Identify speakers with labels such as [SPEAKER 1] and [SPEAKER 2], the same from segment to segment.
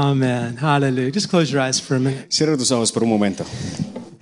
[SPEAKER 1] Amen. Hallelujah. Just close your eyes for a minute.
[SPEAKER 2] Cierra tus ojos por un momento.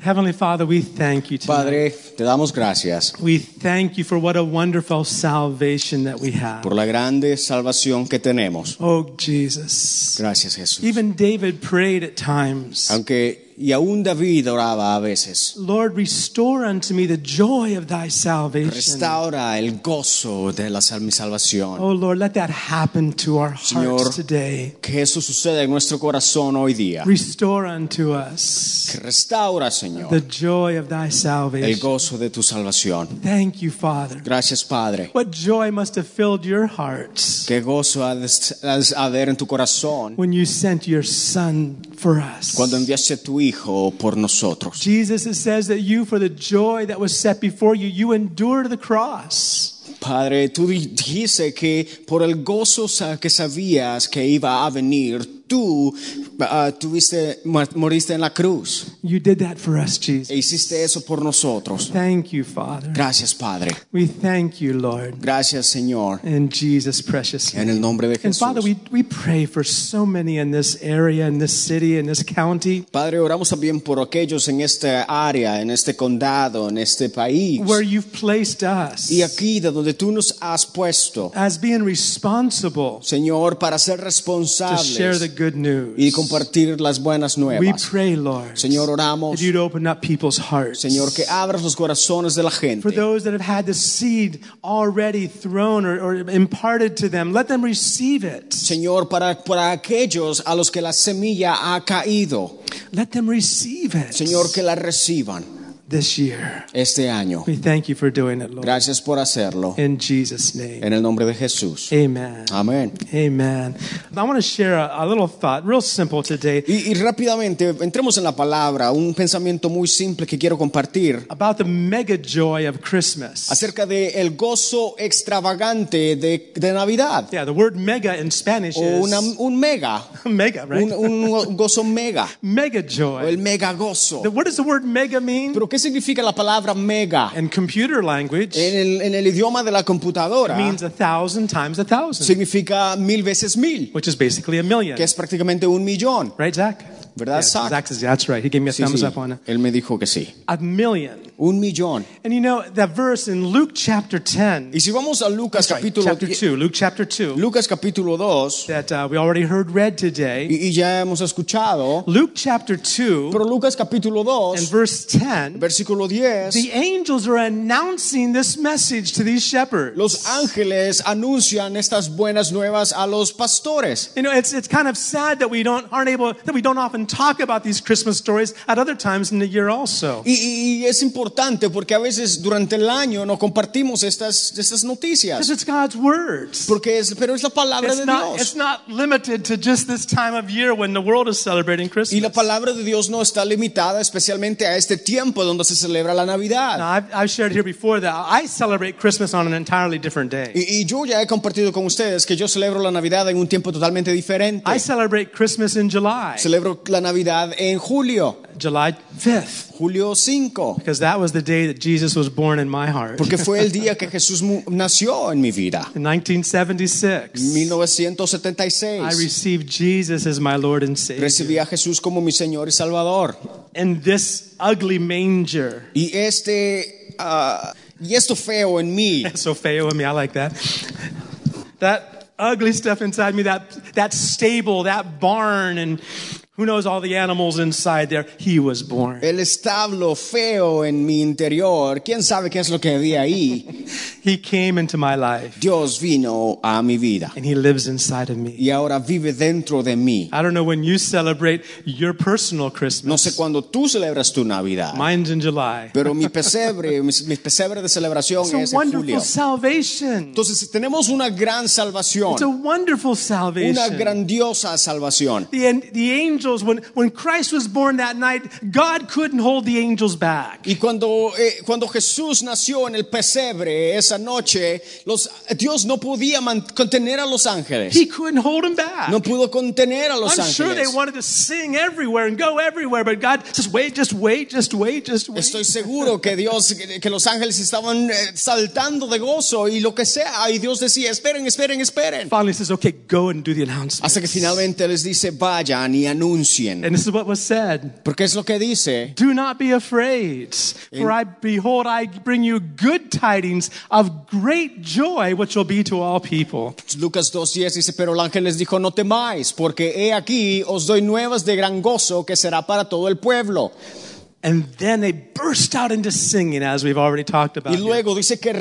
[SPEAKER 1] Heavenly Father, we thank you tonight.
[SPEAKER 2] Padre, te damos gracias
[SPEAKER 1] We thank you for what a wonderful salvation that we have.
[SPEAKER 2] por la grande salvación que tenemos.
[SPEAKER 1] Oh, Jesus.
[SPEAKER 2] Gracias, Jesús.
[SPEAKER 1] Even David prayed at times.
[SPEAKER 2] Aunque y aún David oraba a veces.
[SPEAKER 1] Lord, restore unto me the joy of thy salvation.
[SPEAKER 2] Restaura el gozo de la sal- mi salvación.
[SPEAKER 1] Oh, Lord, let that happen to our
[SPEAKER 2] Señor.
[SPEAKER 1] hearts today.
[SPEAKER 2] Que eso suceda en nuestro corazón hoy día.
[SPEAKER 1] Restore unto us
[SPEAKER 2] Que restaura, Señor,
[SPEAKER 1] the joy of thy
[SPEAKER 2] el
[SPEAKER 1] salvation.
[SPEAKER 2] gozo de tu salvación.
[SPEAKER 1] Thank you, Father.
[SPEAKER 2] Gracias, Padre.
[SPEAKER 1] What joy must have filled your hearts
[SPEAKER 2] Qué gozo ha de ha de haber en tu corazón
[SPEAKER 1] when you sent your Son for us.
[SPEAKER 2] cuando enviaste a tu Hijo por nosotros.
[SPEAKER 1] Jesus, it says that you, for the joy that was set before you, you endured the cross.
[SPEAKER 2] Padre, tú di- dijiste que por el gozo sa- que sabías que iba a venir, tú ah, tuviste, mu- moriste en la cruz.
[SPEAKER 1] You did that for us,
[SPEAKER 2] E
[SPEAKER 1] Jesus.
[SPEAKER 2] hiciste eso por nosotros.
[SPEAKER 1] Thank you, Father.
[SPEAKER 2] Gracias, Padre.
[SPEAKER 1] We thank you, Lord,
[SPEAKER 2] Gracias, Señor.
[SPEAKER 1] in Jesus' precious name.
[SPEAKER 2] En el nombre de
[SPEAKER 1] And
[SPEAKER 2] Jesús.
[SPEAKER 1] Father, we, we pray for so many in this area, in this city, in this county,
[SPEAKER 2] Padre, oramos también por aquellos en esta área, en este condado, en este país.
[SPEAKER 1] where you've placed us
[SPEAKER 2] Y aquí, de donde tú nos has puesto,
[SPEAKER 1] as being responsible
[SPEAKER 2] Señor, para ser
[SPEAKER 1] to share the
[SPEAKER 2] responsables
[SPEAKER 1] good
[SPEAKER 2] y
[SPEAKER 1] news.
[SPEAKER 2] compartir las buenas
[SPEAKER 1] We
[SPEAKER 2] nuevas.
[SPEAKER 1] pray, Lord,
[SPEAKER 2] Señor, oramos.
[SPEAKER 1] that you'd open up people's hearts.
[SPEAKER 2] Señor, que abras los corazones de la
[SPEAKER 1] For
[SPEAKER 2] gente.
[SPEAKER 1] those that have had the seed already thrown or, or imparted to them, let them receive it.
[SPEAKER 2] Señor, para, para aquellos a los que la semilla ha caído,
[SPEAKER 1] Let them receive it
[SPEAKER 2] Señor, que la reciban
[SPEAKER 1] this year.
[SPEAKER 2] este año.
[SPEAKER 1] We thank you for doing it, Lord.
[SPEAKER 2] Gracias por hacerlo.
[SPEAKER 1] In Jesus' name.
[SPEAKER 2] En el nombre de Jesús.
[SPEAKER 1] Amen.
[SPEAKER 2] Amén.
[SPEAKER 1] Amen. I want to share a, a little thought, real simple today,
[SPEAKER 2] Y, y rápidamente, entremos en la palabra, un pensamiento muy simple que quiero compartir
[SPEAKER 1] about the mega joy of Christmas.
[SPEAKER 2] acerca del el gozo extravagante de, de Navidad.
[SPEAKER 1] Yeah, the word mega in Spanish
[SPEAKER 2] O
[SPEAKER 1] is
[SPEAKER 2] una- un mega,
[SPEAKER 1] mega, right?
[SPEAKER 2] un, un gozo mega,
[SPEAKER 1] mega
[SPEAKER 2] o
[SPEAKER 1] joy.
[SPEAKER 2] el mega gozo.
[SPEAKER 1] The- what does the word mega mean?
[SPEAKER 2] Pero ¿qué significa la palabra mega?
[SPEAKER 1] In computer language,
[SPEAKER 2] En el, en el idioma de la computadora
[SPEAKER 1] means a thousand times a thousand.
[SPEAKER 2] significa mil veces mil.
[SPEAKER 1] which is basically a million.
[SPEAKER 2] que es prácticamente un millón.
[SPEAKER 1] right, Zach?
[SPEAKER 2] ¿Verdad,
[SPEAKER 1] Yes,
[SPEAKER 2] Zach?
[SPEAKER 1] says, yeah, that's right. He gave me a
[SPEAKER 2] Sí,
[SPEAKER 1] thumbs
[SPEAKER 2] sí.
[SPEAKER 1] up on it.
[SPEAKER 2] Él me dijo que sí.
[SPEAKER 1] A million.
[SPEAKER 2] Un millón.
[SPEAKER 1] And you know, that verse in Luke chapter 10,
[SPEAKER 2] Y si vamos a Lucas capítulo
[SPEAKER 1] chapter 2, Luke chapter 2,
[SPEAKER 2] Lucas capítulo 2
[SPEAKER 1] that uh, we already heard read today.
[SPEAKER 2] y, y ya hemos escuchado,
[SPEAKER 1] Luke chapter 2
[SPEAKER 2] pero Lucas capítulo
[SPEAKER 1] and
[SPEAKER 2] 2
[SPEAKER 1] verse 10,
[SPEAKER 2] versículo 10
[SPEAKER 1] the angels are announcing this message to these shepherds.
[SPEAKER 2] los ángeles anuncian estas buenas nuevas a los pastores.
[SPEAKER 1] You know, it's, it's kind of sad that we don't aren't able that we don't often talk about these Christmas stories at other times in the year also.
[SPEAKER 2] Y, y- y es importante porque a veces durante el año no compartimos estas, estas
[SPEAKER 1] Because
[SPEAKER 2] noticias.
[SPEAKER 1] it's God's words.
[SPEAKER 2] Porque es, pero es la palabra de
[SPEAKER 1] It's not,
[SPEAKER 2] Dios.
[SPEAKER 1] it's not limited to just this time of year when the world is celebrating
[SPEAKER 2] Y
[SPEAKER 1] Christmas.
[SPEAKER 2] la palabra de Dios no está limitada especialmente a este tiempo donde se celebra la Navidad.
[SPEAKER 1] Now, I've, I've shared here before that I celebrate Christmas on an entirely different day.
[SPEAKER 2] Y, y yo ya he compartido con ustedes que yo celebro la Navidad en un tiempo totalmente diferente.
[SPEAKER 1] I celebrate Christmas in July,
[SPEAKER 2] Celebro la Navidad en julio,
[SPEAKER 1] July 5th,
[SPEAKER 2] julio 5,
[SPEAKER 1] because that was the day that Jesus was born in my heart
[SPEAKER 2] porque fue el día que Jesús mu- nació en mi vida,
[SPEAKER 1] in 1976. I
[SPEAKER 2] 1976.
[SPEAKER 1] received Jesus as my Lord and Savior.
[SPEAKER 2] Recibí a Jesús como mi Señor y Salvador.
[SPEAKER 1] In this ugly manger,
[SPEAKER 2] Y este ah, y esto feo en mí,
[SPEAKER 1] so feo in me, I like that. That ugly stuff inside me, that that stable, that barn, and who knows all the animals inside there. He was born.
[SPEAKER 2] el establo feo en mi interior, quién sabe qué es lo que había ahí.
[SPEAKER 1] He came into my life
[SPEAKER 2] Dios vino a mi vida
[SPEAKER 1] and he lives inside of me.
[SPEAKER 2] y ahora vive dentro de mí.
[SPEAKER 1] I don't know when you celebrate your personal
[SPEAKER 2] No sé
[SPEAKER 1] Christmas.
[SPEAKER 2] cuándo tú celebras tu Navidad.
[SPEAKER 1] Mine's in July.
[SPEAKER 2] Pero mi pesebre, mi, mi pesebre de celebración
[SPEAKER 1] It's
[SPEAKER 2] es
[SPEAKER 1] a
[SPEAKER 2] en julio.
[SPEAKER 1] wonderful salvation.
[SPEAKER 2] Entonces tenemos una gran salvación,
[SPEAKER 1] It's a wonderful
[SPEAKER 2] una
[SPEAKER 1] salvation.
[SPEAKER 2] grandiosa salvación.
[SPEAKER 1] The, an- the angels, when, when Christ was born that night, God couldn't hold the angels back.
[SPEAKER 2] Y cuando, eh, cuando Jesús nació en el pesebre esa noche, los, Dios no podía man- contener a los ángeles.
[SPEAKER 1] He couldn't hold them back.
[SPEAKER 2] No pudo contener a los
[SPEAKER 1] I'm sure they
[SPEAKER 2] ángeles.
[SPEAKER 1] wanted to sing everywhere and go everywhere, but God says, wait, just wait, just wait, just wait.
[SPEAKER 2] Estoy seguro que Dios, que que los ángeles estaban eh, saltando de gozo y lo que sea. Y Dios decía, esperen, esperen, esperen.
[SPEAKER 1] Finally says, okay, go and do the announcement.
[SPEAKER 2] Hasta que finalmente les dice, vayan y anuncien.
[SPEAKER 1] And this is what was said.
[SPEAKER 2] Porque es lo que dice.
[SPEAKER 1] Do not be afraid, for I behold, I bring you good tidings of great joy, which will be to all people.
[SPEAKER 2] Lucas 2.10 dice, pero el ángel les dijo, no temáis, porque he aquí os doy nuevas de gran gozo que será para todo el pueblo.
[SPEAKER 1] And then they burst out into singing, as we've already talked about.
[SPEAKER 2] Y
[SPEAKER 1] here.
[SPEAKER 2] luego dice que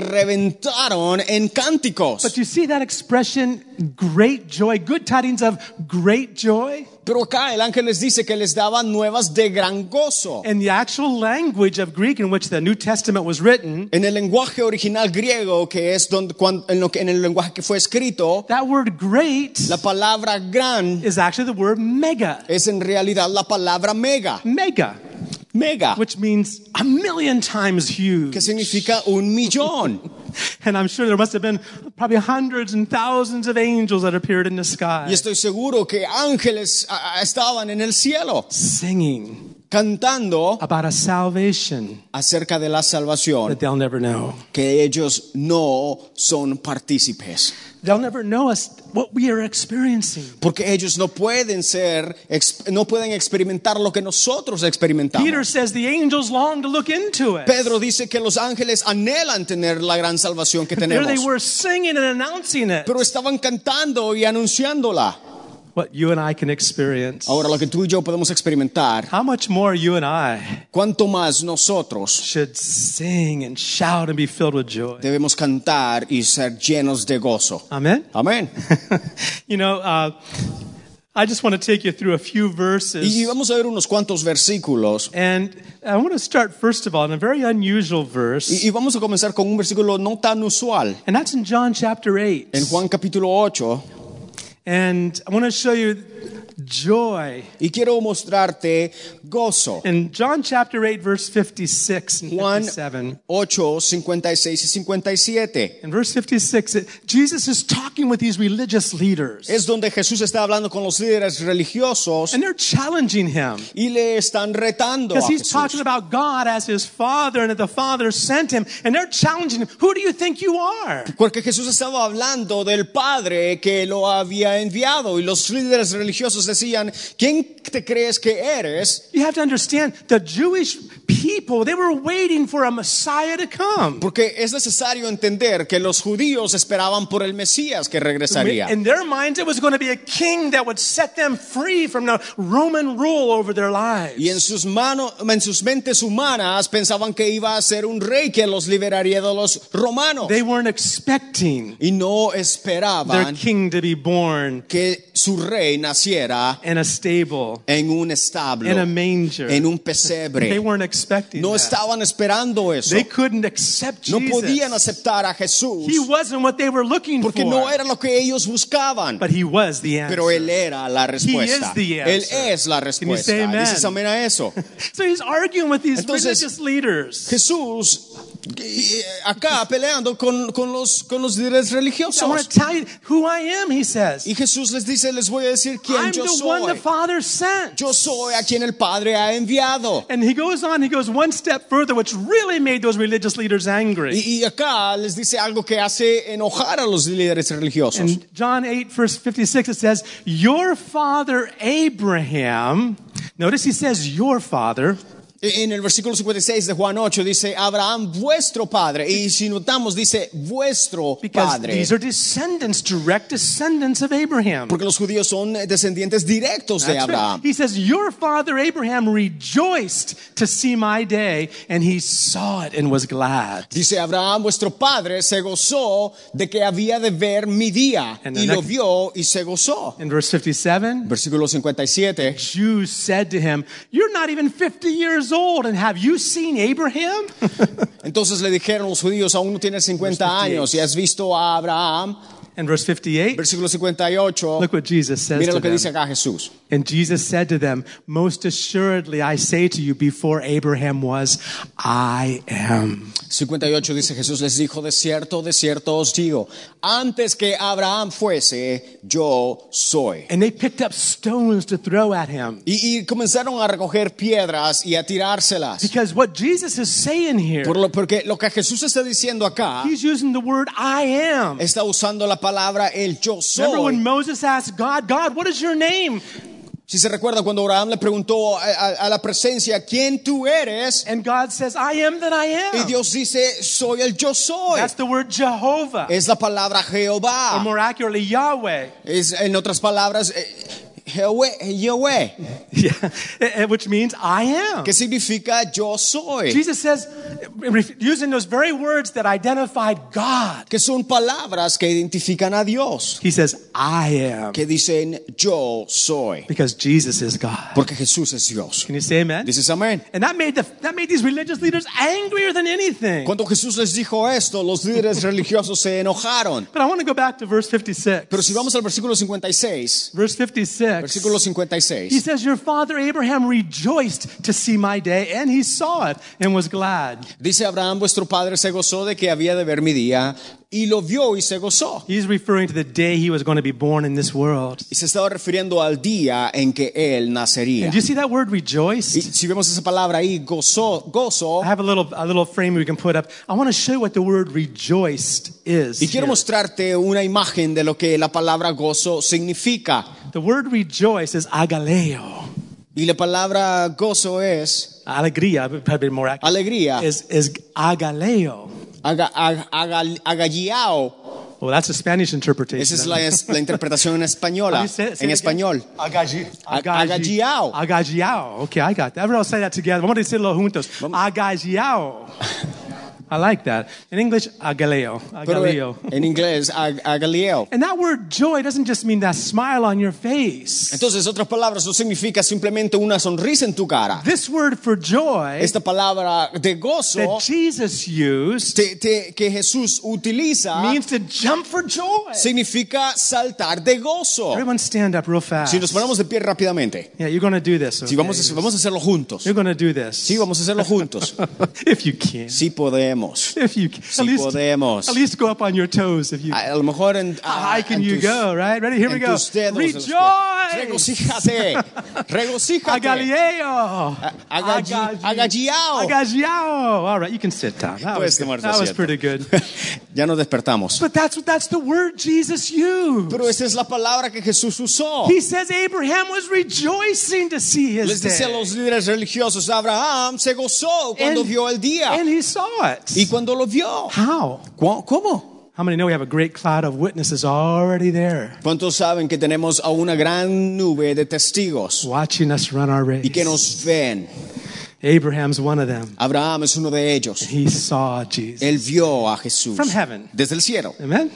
[SPEAKER 2] reventaron en cánticos.
[SPEAKER 1] But you see that expression, great joy, good tidings of great joy?
[SPEAKER 2] Pero acá el ángel les dice que les daban nuevas de gran gozo.
[SPEAKER 1] In the actual language of Greek in which the New Testament was written,
[SPEAKER 2] En el lenguaje original griego, que es donde, cuan- en, lo que- en el lenguaje que fue escrito,
[SPEAKER 1] that word great
[SPEAKER 2] la palabra gran
[SPEAKER 1] is actually the word mega.
[SPEAKER 2] es en realidad la palabra mega.
[SPEAKER 1] Mega,
[SPEAKER 2] Mega,
[SPEAKER 1] which means a million times
[SPEAKER 2] que
[SPEAKER 1] huge.
[SPEAKER 2] significa un millón.
[SPEAKER 1] And I'm sure there must have been probably hundreds and thousands of angels that appeared in the sky
[SPEAKER 2] Y estoy seguro que ángeles ah, ah, estaban en el cielo
[SPEAKER 1] singing
[SPEAKER 2] cantando
[SPEAKER 1] about a salvation
[SPEAKER 2] acerca de la
[SPEAKER 1] that
[SPEAKER 2] salvación,
[SPEAKER 1] they'll never know.
[SPEAKER 2] que ellos no son partícipes.
[SPEAKER 1] They'll never know us what we are experiencing.
[SPEAKER 2] Porque ellos no pueden ser, ex- no pueden experimentar lo que nosotros experimentamos.
[SPEAKER 1] Peter says the angels long to look into it.
[SPEAKER 2] Pedro dice que los ángeles anhelan tener la gran salvación que
[SPEAKER 1] There they
[SPEAKER 2] tenemos.
[SPEAKER 1] were singing and announcing it.
[SPEAKER 2] Pero estaban cantando y anunciándola.
[SPEAKER 1] What you and I can experience.
[SPEAKER 2] Ahora lo que tú y yo podemos experimentar,
[SPEAKER 1] How much more you and I
[SPEAKER 2] cuanto más nosotros
[SPEAKER 1] should sing and shout and be filled with joy.
[SPEAKER 2] debemos cantar y ser llenos de gozo.
[SPEAKER 1] Amen.
[SPEAKER 2] Amén.
[SPEAKER 1] you know, uh, I just want to take you through a few
[SPEAKER 2] Y
[SPEAKER 1] verses.
[SPEAKER 2] vamos a ver unos cuantos versículos.
[SPEAKER 1] And I want to start, first of all, in a very unusual verse.
[SPEAKER 2] Y, y vamos a comenzar con un versículo no tan usual.
[SPEAKER 1] And that's in John chapter 8.
[SPEAKER 2] En Juan capítulo 8.
[SPEAKER 1] And I want to show you joy.
[SPEAKER 2] Y quiero mostrarte gozo.
[SPEAKER 1] In John chapter 8, verse 56 and
[SPEAKER 2] Juan
[SPEAKER 1] 57.
[SPEAKER 2] 8, 56 y 57.
[SPEAKER 1] In verse 56, it, Jesus is talking with these religious leaders.
[SPEAKER 2] Es donde Jesús está hablando con los líderes religiosos
[SPEAKER 1] And they're challenging him.
[SPEAKER 2] y le están retando. a
[SPEAKER 1] Because he's
[SPEAKER 2] Jesús.
[SPEAKER 1] talking about God as his father and that the father sent him. And they're challenging him. Who do you think you are?
[SPEAKER 2] Porque Jesús estaba hablando del Padre que lo había enviado y los líderes religiosos decían, ¿quién te crees que eres?
[SPEAKER 1] You have to understand the Jewish people, they were waiting for a Messiah to come.
[SPEAKER 2] Porque es necesario entender que los judíos esperaban por el Mesías que regresaría.
[SPEAKER 1] In their minds, it was going to be a king that would set them free from the Roman rule over their lives.
[SPEAKER 2] Y en sus, manos, en sus mentes humanas pensaban que iba a ser un rey que los liberaría de los romanos.
[SPEAKER 1] They weren't expecting
[SPEAKER 2] Y no
[SPEAKER 1] their
[SPEAKER 2] esperaban
[SPEAKER 1] king to be born
[SPEAKER 2] que su rey naciera
[SPEAKER 1] in a stable,
[SPEAKER 2] en un
[SPEAKER 1] in a
[SPEAKER 2] establo,
[SPEAKER 1] manger.
[SPEAKER 2] en un
[SPEAKER 1] They
[SPEAKER 2] pesebre.
[SPEAKER 1] weren't expecting
[SPEAKER 2] No
[SPEAKER 1] that.
[SPEAKER 2] estaban esperando eso.
[SPEAKER 1] They couldn't accept
[SPEAKER 2] No
[SPEAKER 1] Jesus.
[SPEAKER 2] podían aceptar a
[SPEAKER 1] He
[SPEAKER 2] Jesús
[SPEAKER 1] wasn't what they were looking
[SPEAKER 2] porque
[SPEAKER 1] for.
[SPEAKER 2] no era lo que ellos buscaban.
[SPEAKER 1] But he was the answer.
[SPEAKER 2] Pero Él era la respuesta.
[SPEAKER 1] is the
[SPEAKER 2] Él
[SPEAKER 1] answer.
[SPEAKER 2] es la
[SPEAKER 1] you
[SPEAKER 2] respuesta.
[SPEAKER 1] say amen?
[SPEAKER 2] Dices amén a eso.
[SPEAKER 1] so he's arguing with these
[SPEAKER 2] Entonces-
[SPEAKER 1] religious leaders.
[SPEAKER 2] Jesús eh, acá peleando con, con los, con los líderes
[SPEAKER 1] I want
[SPEAKER 2] religiosos.
[SPEAKER 1] to tell you who I am, he says.
[SPEAKER 2] Y Jesús les dice, les voy a decir quién
[SPEAKER 1] I'm
[SPEAKER 2] yo
[SPEAKER 1] the one the
[SPEAKER 2] soy.
[SPEAKER 1] Father sent.
[SPEAKER 2] Yo soy a quien el Padre ha enviado.
[SPEAKER 1] And he goes on, he goes one step further, which really made those religious leaders angry.
[SPEAKER 2] Y, y acá les dice algo que hace enojar a los líderes religiosos.
[SPEAKER 1] In John 8, verse 56, it says, Your father Abraham, notice he says, Your father,
[SPEAKER 2] En el versículo 56 de Juan 8 dice, Abraham, vuestro padre. Y si notamos, dice, vuestro
[SPEAKER 1] because
[SPEAKER 2] padre.
[SPEAKER 1] these are descendants, direct descendants of Abraham.
[SPEAKER 2] Porque los judíos son descendientes directos de
[SPEAKER 1] That's right.
[SPEAKER 2] Abraham.
[SPEAKER 1] He says, Your father Abraham rejoiced to see my day, and he saw it and was glad.
[SPEAKER 2] Dice Abraham, vuestro padre se gozó de que había de ver mi día.
[SPEAKER 1] And the
[SPEAKER 2] Y lo
[SPEAKER 1] next-
[SPEAKER 2] vio y se gozó.
[SPEAKER 1] In verse 57,
[SPEAKER 2] Versículo 57.
[SPEAKER 1] Jews said to him, You're not even 50 years old, and have you seen Abraham?
[SPEAKER 2] Entonces le dijeron los judíos, aún no tienes 50 años y has visto a Abraham.
[SPEAKER 1] and verse 58,
[SPEAKER 2] Versículo 58.
[SPEAKER 1] look what Jesus says
[SPEAKER 2] Mira
[SPEAKER 1] to
[SPEAKER 2] lo que
[SPEAKER 1] them.
[SPEAKER 2] dice acá Jesús.
[SPEAKER 1] And Jesus said to them, Most assuredly, I say to you, before Abraham was, I am.
[SPEAKER 2] 58 dice Jesús les dijo, de cierto, de cierto os digo, antes que Abraham fuese, yo soy.
[SPEAKER 1] And they picked up stones to throw at him.
[SPEAKER 2] Y, y comenzaron a recoger piedras y a tirárselas.
[SPEAKER 1] Because what Jesus is saying here,
[SPEAKER 2] Por lo, porque lo que Jesús está diciendo acá,
[SPEAKER 1] he's using the word I am.
[SPEAKER 2] está usando la palabra el yo
[SPEAKER 1] Remember
[SPEAKER 2] soy.
[SPEAKER 1] when Moses asked God, God, what is your name?
[SPEAKER 2] Si se recuerda cuando Abraham le preguntó a, a- a la presencia, ¿quién tú eres?
[SPEAKER 1] And God says, I am that I
[SPEAKER 2] Y
[SPEAKER 1] am.
[SPEAKER 2] Dios dice, soy el yo soy.
[SPEAKER 1] That's the word Jehovah.
[SPEAKER 2] Es la palabra
[SPEAKER 1] Or
[SPEAKER 2] Jehová.
[SPEAKER 1] more accurately, Yahweh.
[SPEAKER 2] Es, en otras palabras, eh, Jehová- Yahweh,
[SPEAKER 1] Yeah, which means I am.
[SPEAKER 2] que significa yo soy.
[SPEAKER 1] Jesus says, using those very words that identified God,
[SPEAKER 2] Que son palabras que identifican a Dios.
[SPEAKER 1] he says, I am.
[SPEAKER 2] Que dicen yo soy.
[SPEAKER 1] Because Jesus is God.
[SPEAKER 2] Porque Jesús es Dios.
[SPEAKER 1] Can you say amen?
[SPEAKER 2] Dices amén.
[SPEAKER 1] And that made, the, that made these religious leaders angrier than anything.
[SPEAKER 2] Cuando Jesús les dijo esto, los líderes religiosos se enojaron.
[SPEAKER 1] But I want to go back to verse 56.
[SPEAKER 2] Pero si vamos al versículo 56,
[SPEAKER 1] Verse 56.
[SPEAKER 2] versículo
[SPEAKER 1] He
[SPEAKER 2] 56,
[SPEAKER 1] says, Your father Abraham rejoiced to see my day, and he saw it and was glad.
[SPEAKER 2] dice Abraham, vuestro padre se gozó de que había de ver mi día y lo vio y se gozó.
[SPEAKER 1] He's referring to the day he was going to be born in this world.
[SPEAKER 2] Y se estaba refiriendo al día en que él nacería.
[SPEAKER 1] And do you see that word
[SPEAKER 2] Y
[SPEAKER 1] rejoiced?
[SPEAKER 2] si vemos esa palabra ahí, gozo, gozo,
[SPEAKER 1] I have a little, a little frame we can put up. I want to show you what the word rejoiced is.
[SPEAKER 2] y quiero
[SPEAKER 1] here.
[SPEAKER 2] mostrarte una imagen de lo que la palabra gozo significa.
[SPEAKER 1] The word rejoice is agaleo.
[SPEAKER 2] Y la palabra gozo es
[SPEAKER 1] Alegría, would probably be more accurate.
[SPEAKER 2] alegría,
[SPEAKER 1] Is, is agaleo.
[SPEAKER 2] aga- ag- agal- agalliao.
[SPEAKER 1] Well, that's a Spanish interpretation.
[SPEAKER 2] Esa es la, es la interpretación en
[SPEAKER 1] How do
[SPEAKER 2] española,
[SPEAKER 1] you say it? Say
[SPEAKER 2] en
[SPEAKER 1] it again.
[SPEAKER 2] español.
[SPEAKER 1] Agagi-
[SPEAKER 2] Ag-
[SPEAKER 1] agagi-
[SPEAKER 2] agagiao.
[SPEAKER 1] Agagiao. Okay, I got that. Everyone say that together. Vamos a decirlo juntos. Agagiao. I like that. In English, agaleo.
[SPEAKER 2] Pero eh,
[SPEAKER 1] Agaleo.
[SPEAKER 2] en inglés, ag- agalliao.
[SPEAKER 1] And that word joy doesn't just mean that smile on your face.
[SPEAKER 2] Entonces, otras palabras, no significa simplemente una sonrisa en tu cara.
[SPEAKER 1] This word for joy
[SPEAKER 2] Esta palabra de gozo
[SPEAKER 1] that Jesus used
[SPEAKER 2] te- te- que Jesús utiliza
[SPEAKER 1] means to jump for joy.
[SPEAKER 2] significa saltar de gozo.
[SPEAKER 1] Everyone stand up real fast.
[SPEAKER 2] Si nos ponemos de pie rápidamente,
[SPEAKER 1] Yeah, you're going to do this.
[SPEAKER 2] si vamos, a,
[SPEAKER 1] okay?
[SPEAKER 2] vamos a hacerlo juntos.
[SPEAKER 1] You're going to do this.
[SPEAKER 2] Sí, vamos a hacerlo juntos.
[SPEAKER 1] if you can.
[SPEAKER 2] Sí podemos.
[SPEAKER 1] If you can.
[SPEAKER 2] Sí podemos.
[SPEAKER 1] at least go up on your toes if you
[SPEAKER 2] Ah, A, a lo mejor en,
[SPEAKER 1] How
[SPEAKER 2] a-
[SPEAKER 1] high can
[SPEAKER 2] en
[SPEAKER 1] you
[SPEAKER 2] tus-
[SPEAKER 1] go, right? Ready? Here we
[SPEAKER 2] en
[SPEAKER 1] go.
[SPEAKER 2] tus dedos, en los pies.
[SPEAKER 1] Rejoice!
[SPEAKER 2] Regocíjate. Regocíjate.
[SPEAKER 1] Agaleo!
[SPEAKER 2] agagi- agagiao.
[SPEAKER 1] Agagiao! All right, you can sit down. That, was,
[SPEAKER 2] Puedes
[SPEAKER 1] good.
[SPEAKER 2] tomar tu
[SPEAKER 1] That was
[SPEAKER 2] asiento.
[SPEAKER 1] pretty good.
[SPEAKER 2] Ya nos despertamos.
[SPEAKER 1] But that's, that's the word Jesus used.
[SPEAKER 2] Pero esa es la palabra que Jesús usó.
[SPEAKER 1] He says Abraham was rejoicing to see his
[SPEAKER 2] Les dice a
[SPEAKER 1] day.
[SPEAKER 2] los líderes religiosos, Abraham se gozó cuando
[SPEAKER 1] And-
[SPEAKER 2] vio el día.
[SPEAKER 1] And he saw it.
[SPEAKER 2] Y cuando lo vio.
[SPEAKER 1] How?
[SPEAKER 2] ¿Cu- ¿Cómo?
[SPEAKER 1] How many know we have a great cloud of witnesses already there
[SPEAKER 2] ¿Cuántos saben que tenemos a una gran nube de testigos
[SPEAKER 1] watching us run our race?
[SPEAKER 2] y que nos ven?
[SPEAKER 1] Abraham's one of them.
[SPEAKER 2] Abraham es uno de ellos.
[SPEAKER 1] He saw Jesus.
[SPEAKER 2] Él vio a Jesús
[SPEAKER 1] From heaven.
[SPEAKER 2] desde el cielo.
[SPEAKER 1] Amen.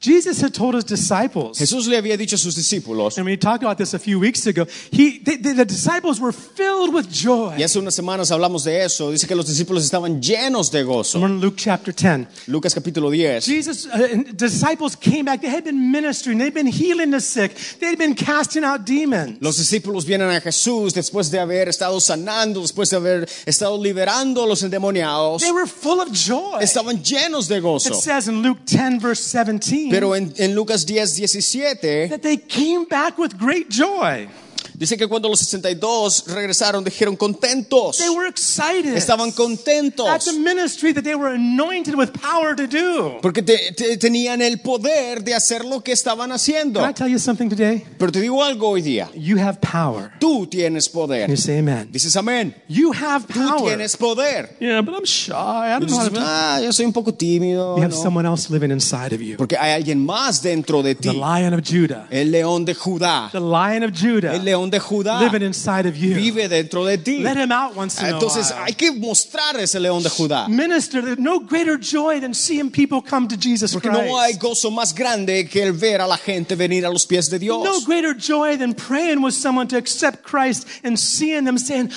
[SPEAKER 1] Jesus had told his disciples,
[SPEAKER 2] Jesús le había dicho a sus discípulos,
[SPEAKER 1] and we talked about this a few weeks ago. He, the, the, the disciples were filled with joy.
[SPEAKER 2] y hace unas semanas hablamos de eso, dice que los discípulos estaban llenos de
[SPEAKER 1] We're
[SPEAKER 2] gozo.
[SPEAKER 1] in Luke chapter 10.
[SPEAKER 2] Lucas capítulo 10.
[SPEAKER 1] Jesus' uh, and disciples came back. They had been ministering. They'd been healing the sick. They'd been casting out demons.
[SPEAKER 2] Los discípulos vienen a Jesús después de haber estado sanando, después de haber estado liberando a los endemoniados.
[SPEAKER 1] They were full of joy.
[SPEAKER 2] Estaban llenos de
[SPEAKER 1] It
[SPEAKER 2] gozo.
[SPEAKER 1] says in Luke 10, verse 17,
[SPEAKER 2] Pero en, en Lucas 10, 17,
[SPEAKER 1] that they came back with great joy.
[SPEAKER 2] dice que cuando los 62 regresaron, dijeron contentos.
[SPEAKER 1] They were excited.
[SPEAKER 2] Estaban
[SPEAKER 1] That's
[SPEAKER 2] contentos.
[SPEAKER 1] a ministry that they were anointed with power to do.
[SPEAKER 2] Porque te- te- tenían el poder de hacer lo que estaban haciendo.
[SPEAKER 1] Can I tell you something today?
[SPEAKER 2] Pero te digo algo hoy día.
[SPEAKER 1] You have power.
[SPEAKER 2] Tú tienes
[SPEAKER 1] Can you
[SPEAKER 2] poder.
[SPEAKER 1] say amen?
[SPEAKER 2] Dices amén.
[SPEAKER 1] You have
[SPEAKER 2] Tú
[SPEAKER 1] power.
[SPEAKER 2] tienes poder.
[SPEAKER 1] Yeah, but I'm shy. I
[SPEAKER 2] Y
[SPEAKER 1] don't know how
[SPEAKER 2] dices,
[SPEAKER 1] to.
[SPEAKER 2] ah, yo soy un poco tímido.
[SPEAKER 1] You have
[SPEAKER 2] no".
[SPEAKER 1] someone else living inside of you.
[SPEAKER 2] Porque hay alguien más dentro de
[SPEAKER 1] The
[SPEAKER 2] ti.
[SPEAKER 1] Lion of Judah.
[SPEAKER 2] El león de Judá.
[SPEAKER 1] The Lion of Judah.
[SPEAKER 2] El león de Judá
[SPEAKER 1] Living inside of you.
[SPEAKER 2] vive dentro de ti.
[SPEAKER 1] Let him out once in a
[SPEAKER 2] Entonces
[SPEAKER 1] while.
[SPEAKER 2] hay que mostrar ese león de Judá.
[SPEAKER 1] Minister, there's no greater joy than seeing people come to Jesus
[SPEAKER 2] Porque no hay
[SPEAKER 1] Christ.
[SPEAKER 2] gozo más grande que el ver a la gente venir a los pies de
[SPEAKER 1] No
[SPEAKER 2] Dios.
[SPEAKER 1] greater joy than praying with someone to accept Christ and seeing them saying,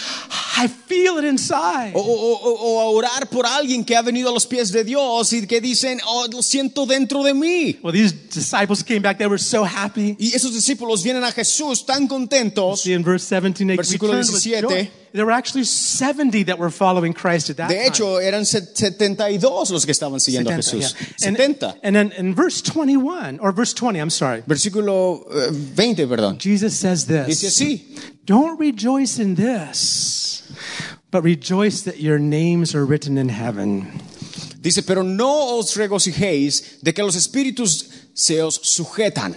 [SPEAKER 1] I feel it inside.
[SPEAKER 2] O, o- o- o a orar por alguien que ha venido a los pies de Dios y que dicen, oh, lo siento dentro de mí.
[SPEAKER 1] Well, these disciples came back. They were so happy.
[SPEAKER 2] Y esos discípulos vienen a Jesús tan 200,
[SPEAKER 1] See in verse 17, they
[SPEAKER 2] Versículo
[SPEAKER 1] returned with
[SPEAKER 2] 17.
[SPEAKER 1] joy. There were actually 70 that were following Christ at that
[SPEAKER 2] de
[SPEAKER 1] time.
[SPEAKER 2] hecho, eran se- 72 los que estaban siguiendo a
[SPEAKER 1] 70,
[SPEAKER 2] Jesús.
[SPEAKER 1] yeah. And-
[SPEAKER 2] 70.
[SPEAKER 1] And then in verse 21, or verse 20, I'm sorry,
[SPEAKER 2] Versículo eh, 20, perdón.
[SPEAKER 1] Jesus says this.
[SPEAKER 2] Dice así.
[SPEAKER 1] Don't rejoice in this, but rejoice that your names are written in heaven.
[SPEAKER 2] Dice, pero no os regocijéis de que los espíritus se os sujetan,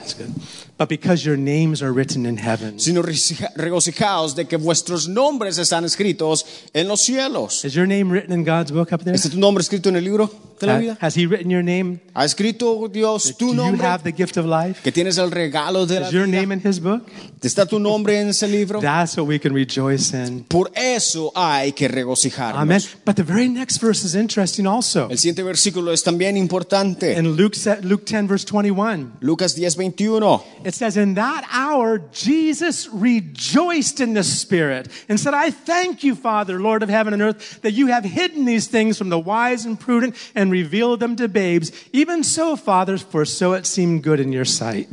[SPEAKER 1] But because your names are written in heaven.
[SPEAKER 2] sino regocija- regocijaos de que vuestros nombres están escritos en los cielos.
[SPEAKER 1] Is your name written in God's book up there?
[SPEAKER 2] ¿Está tu nombre escrito en el libro de la
[SPEAKER 1] Ha-
[SPEAKER 2] vida?
[SPEAKER 1] Has He written your name?
[SPEAKER 2] ¿Ha escrito Dios
[SPEAKER 1] Do
[SPEAKER 2] tu
[SPEAKER 1] Ah. you
[SPEAKER 2] nombre?
[SPEAKER 1] have the gift of life?
[SPEAKER 2] Que tienes el regalo de la
[SPEAKER 1] Is your
[SPEAKER 2] vida.
[SPEAKER 1] name in His book?
[SPEAKER 2] ¿Está tu nombre en ese libro?
[SPEAKER 1] That's what we can rejoice in.
[SPEAKER 2] Por eso hay que regocijarnos.
[SPEAKER 1] Amen. But the very next verse is interesting also.
[SPEAKER 2] El siguiente versículo es también importante.
[SPEAKER 1] In Luke, se- Luke 10, verse 21,
[SPEAKER 2] Lucas 10, 21.
[SPEAKER 1] it says, In that hour, Jesus rejoiced in the Spirit and said, I thank you, Father, Lord of heaven and earth, that you have hidden these things from the wise and prudent and revealed them to babes. Even so, Father, for so it seemed good in your sight.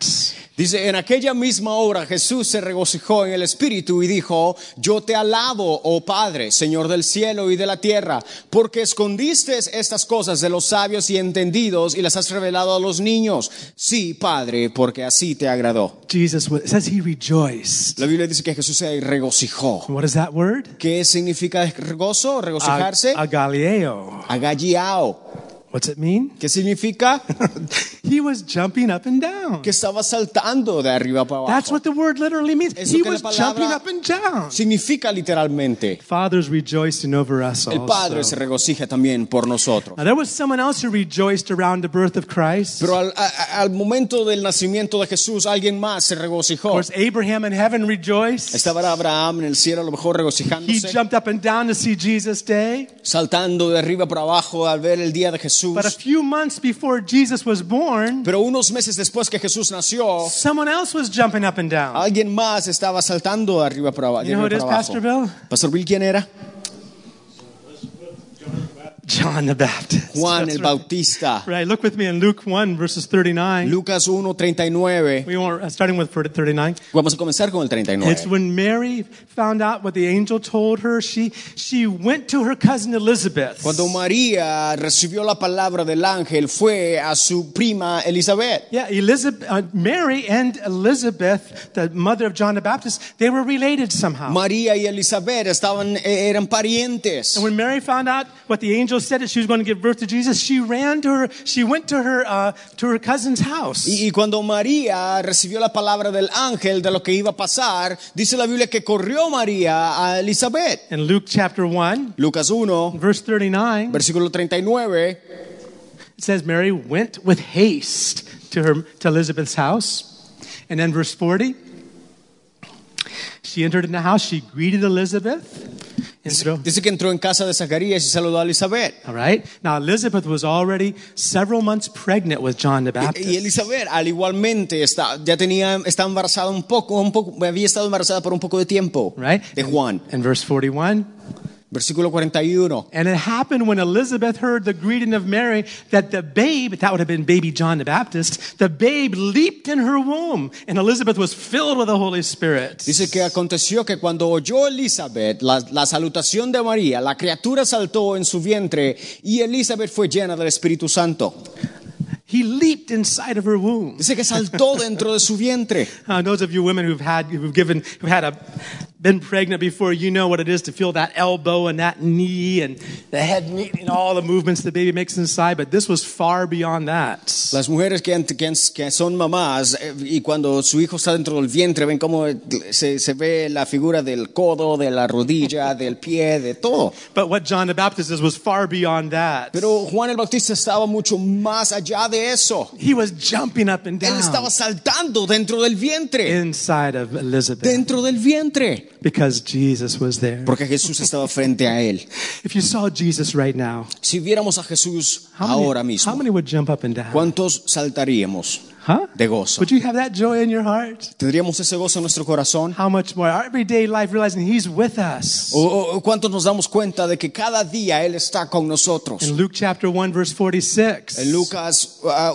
[SPEAKER 2] Dice, en aquella misma hora Jesús se regocijó en el Espíritu y dijo, yo te alabo, oh Padre, Señor del cielo y de la tierra, porque escondiste estas cosas de los sabios y entendidos y las has revelado a los niños. Sí, Padre, porque así te agradó.
[SPEAKER 1] Jesus was, it says he rejoiced.
[SPEAKER 2] La Biblia dice que Jesús se regocijó.
[SPEAKER 1] What is that word?
[SPEAKER 2] ¿Qué significa gozo, regocijarse?
[SPEAKER 1] Ag- agaleo.
[SPEAKER 2] Agalliao.
[SPEAKER 1] What's it mean?
[SPEAKER 2] ¿Qué significa?
[SPEAKER 1] he was jumping up and down.
[SPEAKER 2] Que estaba saltando de arriba para
[SPEAKER 1] That's
[SPEAKER 2] abajo.
[SPEAKER 1] what the word literally means.
[SPEAKER 2] Es
[SPEAKER 1] he
[SPEAKER 2] lo que la
[SPEAKER 1] was
[SPEAKER 2] palabra-
[SPEAKER 1] jumping up and down.
[SPEAKER 2] Significa literalmente.
[SPEAKER 1] Father's rejoicing over us
[SPEAKER 2] El Padre
[SPEAKER 1] also.
[SPEAKER 2] se regocija también por nosotros.
[SPEAKER 1] Now there was someone else who rejoiced around the birth of Christ. Of
[SPEAKER 2] Pero al, a- a- al momento del nacimiento de Jesús, alguien más se regocijó.
[SPEAKER 1] course, Abraham in heaven rejoiced.
[SPEAKER 2] Estaba Abraham en el cielo, a lo mejor
[SPEAKER 1] He
[SPEAKER 2] regocijándose,
[SPEAKER 1] jumped up and down to see Jesus' day.
[SPEAKER 2] saltando de arriba para abajo al ver el día de Jesús.
[SPEAKER 1] But a few months before Jesus was born,
[SPEAKER 2] Pero unos meses después que Jesús nació,
[SPEAKER 1] someone else was jumping up and down.
[SPEAKER 2] alguien más estaba saltando de arriba para, aba- de
[SPEAKER 1] You know who
[SPEAKER 2] arriba
[SPEAKER 1] it is,
[SPEAKER 2] para Ah, abajo.
[SPEAKER 1] Pastor Bill?
[SPEAKER 2] Pastor Bill, ¿quién era?
[SPEAKER 1] John the Baptist.
[SPEAKER 2] Juan
[SPEAKER 1] That's
[SPEAKER 2] el
[SPEAKER 1] right.
[SPEAKER 2] Bautista.
[SPEAKER 1] Right, look with me in Luke 1, verses 39.
[SPEAKER 2] Lucas 1.39.
[SPEAKER 1] We were uh, starting with 39.
[SPEAKER 2] Vamos a comenzar con el
[SPEAKER 1] It's
[SPEAKER 2] 39.
[SPEAKER 1] when Mary found out what the angel told her. She she went to her cousin Elizabeth.
[SPEAKER 2] Cuando María recibió la palabra del ángel, fue a su prima Elizabeth.
[SPEAKER 1] Yeah, Elizabeth, uh, Mary and Elizabeth, the mother of John the Baptist, they were related somehow.
[SPEAKER 2] María y Elizabeth estaban, eh, eran parientes.
[SPEAKER 1] and when Mary found out what the angel said that she was going to give birth to Jesus, she ran to her. She went to her uh, to her cousin's house.
[SPEAKER 2] Y, y cuando María recibió la palabra del ángel de lo que iba a pasar, dice la Biblia que corrió María a Elizabeth.
[SPEAKER 1] In Luke chapter one,
[SPEAKER 2] Lucas 1,
[SPEAKER 1] verse thirty-nine,
[SPEAKER 2] versículo 39,
[SPEAKER 1] it says Mary went with haste to her to Elizabeth's house, and then verse forty. She entered in the house. She greeted Elizabeth. And so-
[SPEAKER 2] dice que entró en casa de Zacarías y saludó a Elizabeth.
[SPEAKER 1] All right. Now Elizabeth was already several months pregnant with John the Baptist.
[SPEAKER 2] Y Elizabeth, al igualmente, está, ya tenía, está embarazada un poco, un poco, había estado embarazada por un poco de tiempo
[SPEAKER 1] right?
[SPEAKER 2] de Juan.
[SPEAKER 1] In verse 41.
[SPEAKER 2] Versículo 41.
[SPEAKER 1] And it happened when Elizabeth heard the greeting of Mary that the babe, that would have been baby John the Baptist, the babe leaped in her womb. And Elizabeth was filled with the Holy Spirit.
[SPEAKER 2] Dice que aconteció que cuando oyó Elizabeth la, la salutación de María, la criatura saltó en su vientre y Elizabeth fue llena del Espíritu Santo.
[SPEAKER 1] He leaped inside of her womb.
[SPEAKER 2] Dice que saltó dentro de su vientre.
[SPEAKER 1] Uh, those of you women who've had, who've given, who had a, been pregnant before, you know what it is to feel that elbow and that knee and the head knee and all the movements the baby makes inside. But this was far beyond that.
[SPEAKER 2] Las mujeres que, han- que han- que son mamás eh, y cuando su hijo está dentro del vientre ven cómo eh, se, se ve la figura del codo, de la rodilla, del pie, de todo.
[SPEAKER 1] But what John the Baptist is was far beyond that.
[SPEAKER 2] Pero Juan el Bautista estaba mucho más allá de eso.
[SPEAKER 1] he was jumping up and
[SPEAKER 2] Él
[SPEAKER 1] down Eh.
[SPEAKER 2] estaba saltando dentro del vientre.
[SPEAKER 1] inside of Elizabeth
[SPEAKER 2] Dentro del vientre.
[SPEAKER 1] because Jesus was there.
[SPEAKER 2] Porque Jesús estaba frente a él.
[SPEAKER 1] If you saw Jesus right now,
[SPEAKER 2] Si viéramos a Jesús
[SPEAKER 1] how many,
[SPEAKER 2] ahora
[SPEAKER 1] how
[SPEAKER 2] mismo,
[SPEAKER 1] many would jump up and down?
[SPEAKER 2] ¿cuántos saltaríamos?
[SPEAKER 1] Huh?
[SPEAKER 2] de gozo.
[SPEAKER 1] Would you have that joy in your heart?
[SPEAKER 2] ¿Tendríamos ese gozo en nuestro corazón?
[SPEAKER 1] How much more? Our everyday life realizing He's with us.
[SPEAKER 2] ¿O, o- o cuántos nos damos cuenta de que cada día Él está con
[SPEAKER 1] In
[SPEAKER 2] nosotros?
[SPEAKER 1] Luke chapter 1, verse 46,
[SPEAKER 2] En Lucas ah,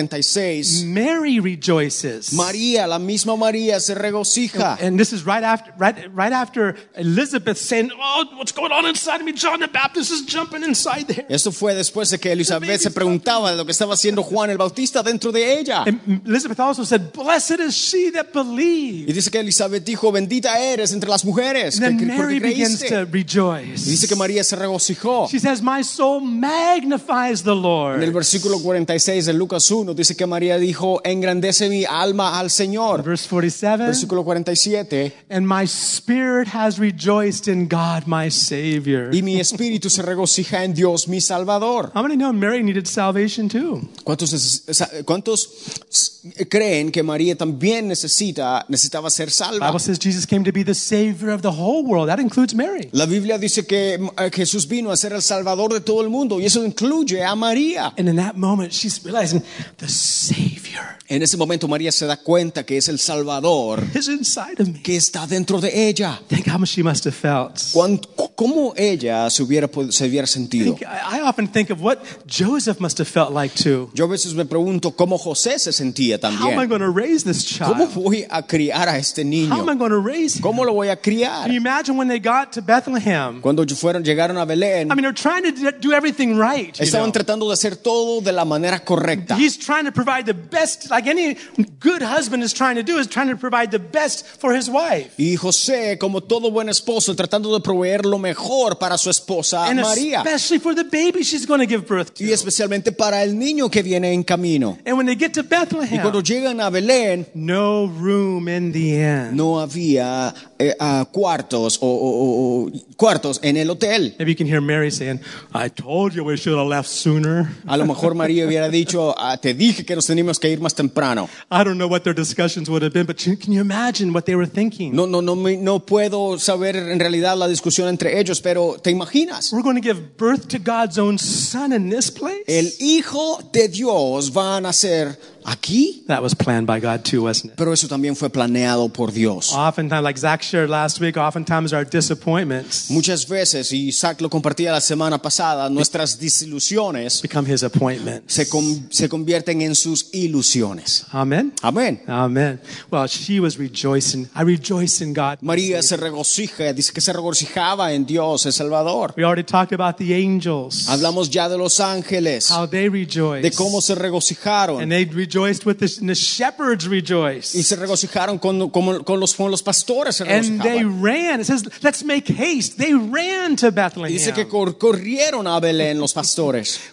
[SPEAKER 2] 1.46,
[SPEAKER 1] Mary rejoices.
[SPEAKER 2] María, la misma María, se regocija.
[SPEAKER 1] And this is right after, right, right after Elizabeth saying, Oh, what's going on inside of me? John the Baptist is jumping inside there.
[SPEAKER 2] Esto fue después de que Elizabeth se preguntaba de lo que estaba haciendo Juan el Bautista dentro de ella.
[SPEAKER 1] And Elizabeth also said, Blessed is she that
[SPEAKER 2] Y
[SPEAKER 1] believes.
[SPEAKER 2] dice que Elizabeth dijo, bendita eres entre las mujeres,
[SPEAKER 1] And then
[SPEAKER 2] que, que-
[SPEAKER 1] Mary
[SPEAKER 2] porque
[SPEAKER 1] begins
[SPEAKER 2] creíste.
[SPEAKER 1] to rejoice.
[SPEAKER 2] Y dice que María se regocijó.
[SPEAKER 1] She says, My soul magnifies the
[SPEAKER 2] En el
[SPEAKER 1] Lord.
[SPEAKER 2] versículo 46 de Lucas 1 dice que María dijo, engrandece mi alma al Señor.
[SPEAKER 1] Verse 47,
[SPEAKER 2] Versículo 47,
[SPEAKER 1] and my spirit has rejoiced in God, my Savior.
[SPEAKER 2] y mi espíritu se regocija en Dios, mi Salvador.
[SPEAKER 1] How many know Mary needed salvation too?
[SPEAKER 2] ¿Cuántos, neces- sa- cuántos s- creen que María también necesita, necesitaba ser salva?
[SPEAKER 1] Bible says Jesus came to be the Savior of the whole world. That includes Mary.
[SPEAKER 2] La Biblia dice que eh, Jesús vino a ser el Salvador de todo el mundo y eso incluye a María.
[SPEAKER 1] And in that moment, she's realizing the Savior
[SPEAKER 2] En ese momento María se da cuenta que es el Salvador
[SPEAKER 1] is inside of me.
[SPEAKER 2] que está dentro de ella.
[SPEAKER 1] Think how much she must have felt.
[SPEAKER 2] Cuán- ¿Cómo ella se hubiera, pod- se hubiera sentido?
[SPEAKER 1] Think- I I often think of what Joseph must have felt like too.
[SPEAKER 2] Yo a veces me pregunto cómo José se sentía
[SPEAKER 1] How am I
[SPEAKER 2] también.
[SPEAKER 1] going to raise this
[SPEAKER 2] ¿Cómo
[SPEAKER 1] child?
[SPEAKER 2] voy a criar a este
[SPEAKER 1] How
[SPEAKER 2] niño?
[SPEAKER 1] am I going to raise him?
[SPEAKER 2] ¿Cómo lo voy a
[SPEAKER 1] Can
[SPEAKER 2] criar?
[SPEAKER 1] you imagine when they got to Bethlehem?
[SPEAKER 2] Cuando fueron, llegaron a Belén,
[SPEAKER 1] I mean, they're trying to d- do everything right. you
[SPEAKER 2] estaban
[SPEAKER 1] know.
[SPEAKER 2] tratando de hacer todo de la manera correcta.
[SPEAKER 1] He's trying to provide the best, like any good husband is trying to do, is trying to provide the best for his wife.
[SPEAKER 2] Y José, como todo buen esposo, tratando de proveer lo mejor para su esposa
[SPEAKER 1] And
[SPEAKER 2] María.
[SPEAKER 1] especially for the baby she's going to give birth
[SPEAKER 2] Y
[SPEAKER 1] to.
[SPEAKER 2] especialmente para el niño que viene en camino.
[SPEAKER 1] And when they get to
[SPEAKER 2] Y cuando
[SPEAKER 1] Bethlehem,
[SPEAKER 2] llegan a Belén,
[SPEAKER 1] no room in the inn.
[SPEAKER 2] no había eh, ah, cuartos o, o- o- o cuartos en el hotel.
[SPEAKER 1] Maybe you can hear Mary saying, I told you we should have left sooner.
[SPEAKER 2] A lo mejor María hubiera dicho, "Ah, te dije que nos teníamos que ir más temprano.
[SPEAKER 1] I don't know what their discussions would have been, but you- can you imagine what they were thinking?
[SPEAKER 2] No, no, no, me- no puedo saber en realidad la discusión entre ellos, pero ¿te imaginas?
[SPEAKER 1] We're going to give birth to God's own son in this place?
[SPEAKER 2] El Hijo de Dios va a nacer aquí,
[SPEAKER 1] that was planned by God too, wasn't it?
[SPEAKER 2] pero eso también fue planeado por Dios.
[SPEAKER 1] Oftentimes, like Zach shared last week, oftentimes our disappointments
[SPEAKER 2] Muchas veces, y Isaac lo compartía la semana pasada, nuestras desilusiones
[SPEAKER 1] become his appointments.
[SPEAKER 2] se, con- se convierten en sus ilusiones.
[SPEAKER 1] Amen.
[SPEAKER 2] Amén.
[SPEAKER 1] Amen. Well, she was rejoicing. I rejoice in God.
[SPEAKER 2] María se regocija, dice que se regocijaba en Dios, el Salvador.
[SPEAKER 1] We already talked about the angels,
[SPEAKER 2] Hablamos ya de los ángeles,
[SPEAKER 1] how they rejoice.
[SPEAKER 2] de cómo se regocijaron.
[SPEAKER 1] and they rejoiced with the, and the shepherds
[SPEAKER 2] Y
[SPEAKER 1] rejoiced.
[SPEAKER 2] se regocijaron con, como- con los, con los pastores. Se
[SPEAKER 1] And they
[SPEAKER 2] regocijaban.
[SPEAKER 1] ran. It says, let's make haste. They ran to Bethlehem.
[SPEAKER 2] Dice que cor- corrieron a Belén los pastores.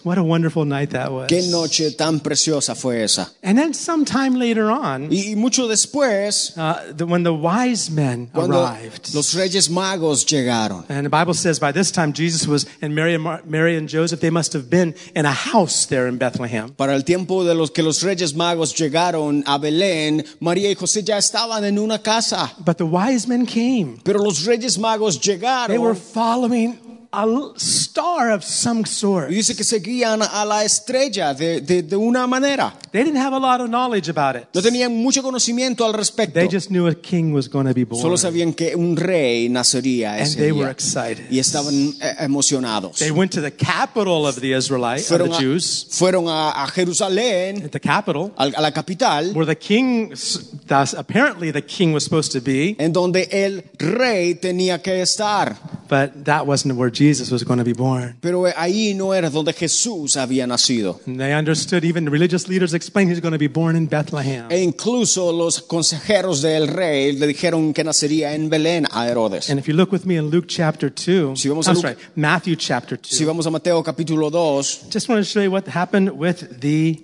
[SPEAKER 1] What a wonderful night that was.
[SPEAKER 2] Qué noche tan preciosa fue esa.
[SPEAKER 1] And then sometime later on,
[SPEAKER 2] Y, y mucho después,
[SPEAKER 1] uh, the, when the wise men
[SPEAKER 2] cuando
[SPEAKER 1] arrived,
[SPEAKER 2] los reyes magos llegaron.
[SPEAKER 1] and the Bible says by this time Jesus was, and Mary and, Mar- Mary and Joseph, they must have been in a house there in Bethlehem.
[SPEAKER 2] Para el tiempo de los que los reyes magos llegaron a Belén, María y José ya estaban en una casa.
[SPEAKER 1] But the wise men came.
[SPEAKER 2] Pero los reyes magos
[SPEAKER 1] They were
[SPEAKER 2] llegaron
[SPEAKER 1] following a l- star of some sort.
[SPEAKER 2] y dice que seguían a la estrella de, de- de una manera.
[SPEAKER 1] They didn't have a lot of knowledge about it.
[SPEAKER 2] No tenían mucho conocimiento al respecto.
[SPEAKER 1] They just knew a king was going to be born.
[SPEAKER 2] Solo sabían que un rey nacería
[SPEAKER 1] And
[SPEAKER 2] ese
[SPEAKER 1] they were
[SPEAKER 2] día.
[SPEAKER 1] excited.
[SPEAKER 2] Y estaban eh, emocionados.
[SPEAKER 1] They went to the capital of the Israelites, of the
[SPEAKER 2] Fueron, a,
[SPEAKER 1] Jews,
[SPEAKER 2] fueron a- a Jerusalén,
[SPEAKER 1] at the capital,
[SPEAKER 2] al- a la capital,
[SPEAKER 1] where the king, s- thus apparently the king was supposed to be,
[SPEAKER 2] en donde el rey tenía que estar.
[SPEAKER 1] but that wasn't where Jesus was going to be born.
[SPEAKER 2] Pero ahí no era donde Jesús había nacido.
[SPEAKER 1] And they understood, even the religious leaders explained he's going to be born in Bethlehem.
[SPEAKER 2] E incluso los consejeros del rey le dijeron que nacería en Belén a Herodes.
[SPEAKER 1] And if you look with me in Luke chapter 2,
[SPEAKER 2] Si vamos a
[SPEAKER 1] I'm
[SPEAKER 2] Luke-
[SPEAKER 1] sorry, Matthew chapter
[SPEAKER 2] Si
[SPEAKER 1] 2,
[SPEAKER 2] vamos a Mateo capítulo 2,
[SPEAKER 1] just want to show you what happened with the,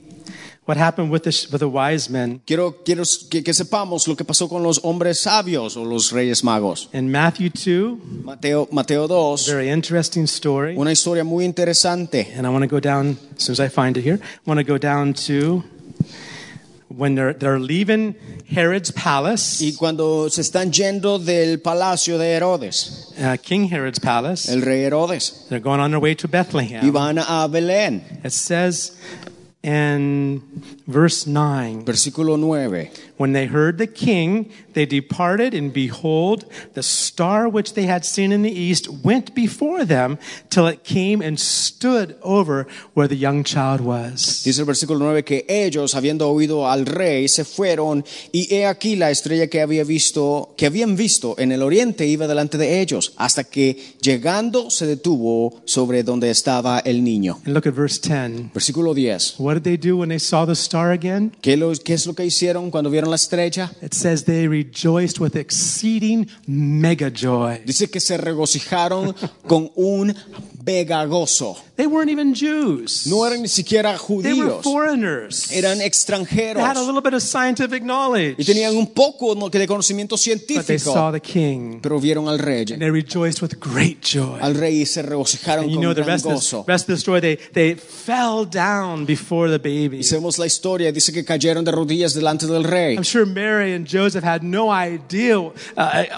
[SPEAKER 1] what happened with the, sh- with the wise men.
[SPEAKER 2] quiero, quiero que, que sepamos lo que pasó con los hombres sabios o los reyes magos.
[SPEAKER 1] In Matthew 2,
[SPEAKER 2] Mateo, Mateo 2,
[SPEAKER 1] very interesting story.
[SPEAKER 2] una historia muy interesante.
[SPEAKER 1] And I want to go down, as soon as I find it here, I want to go down to when they're, they're leaving Herod's
[SPEAKER 2] Y
[SPEAKER 1] palace,
[SPEAKER 2] cuando se están yendo del palacio de Herodes,
[SPEAKER 1] uh, King Herod's palace,
[SPEAKER 2] el rey Herodes,
[SPEAKER 1] they're going on their way to
[SPEAKER 2] y
[SPEAKER 1] Bethlehem.
[SPEAKER 2] van a Belén.
[SPEAKER 1] It says and verse 9.
[SPEAKER 2] Versículo 9.
[SPEAKER 1] When they heard the king, they departed, and behold, the star which they had seen in the east went before them till it came and stood over where the young child was.
[SPEAKER 2] Dice el versículo 9 que ellos, habiendo oído al rey, se fueron y he aquí la estrella que, había visto, que habían visto en el oriente iba delante de ellos, hasta que llegando se detuvo sobre donde estaba el niño.
[SPEAKER 1] And look at verse 10.
[SPEAKER 2] Versículo 10.
[SPEAKER 1] What did they do when they saw the star again?
[SPEAKER 2] ¿Qué, lo- qué es lo que hicieron cuando vieron la estrella?
[SPEAKER 1] It says they rejoiced with exceeding mega joy.
[SPEAKER 2] Dice que se regocijaron con un mega gozo.
[SPEAKER 1] They weren't even Jews.
[SPEAKER 2] No eran ni siquiera
[SPEAKER 1] They were
[SPEAKER 2] judíos,
[SPEAKER 1] foreigners.
[SPEAKER 2] eran
[SPEAKER 1] They had a
[SPEAKER 2] extranjeros
[SPEAKER 1] little bit of scientific knowledge.
[SPEAKER 2] y tenían un poco ¿no? que de conocimiento
[SPEAKER 1] But they saw
[SPEAKER 2] científico,
[SPEAKER 1] the king.
[SPEAKER 2] pero vieron al rey,
[SPEAKER 1] And they rejoiced with great joy.
[SPEAKER 2] al rey y se regocijaron
[SPEAKER 1] And you
[SPEAKER 2] con
[SPEAKER 1] know the
[SPEAKER 2] gran
[SPEAKER 1] rest of, the
[SPEAKER 2] gozo.
[SPEAKER 1] rest of the story. They, they fell down before the baby.
[SPEAKER 2] Y vemos la historia, dice que cayeron de rodillas delante del rey.
[SPEAKER 1] I'm sure Mary and Joseph had no idea uh,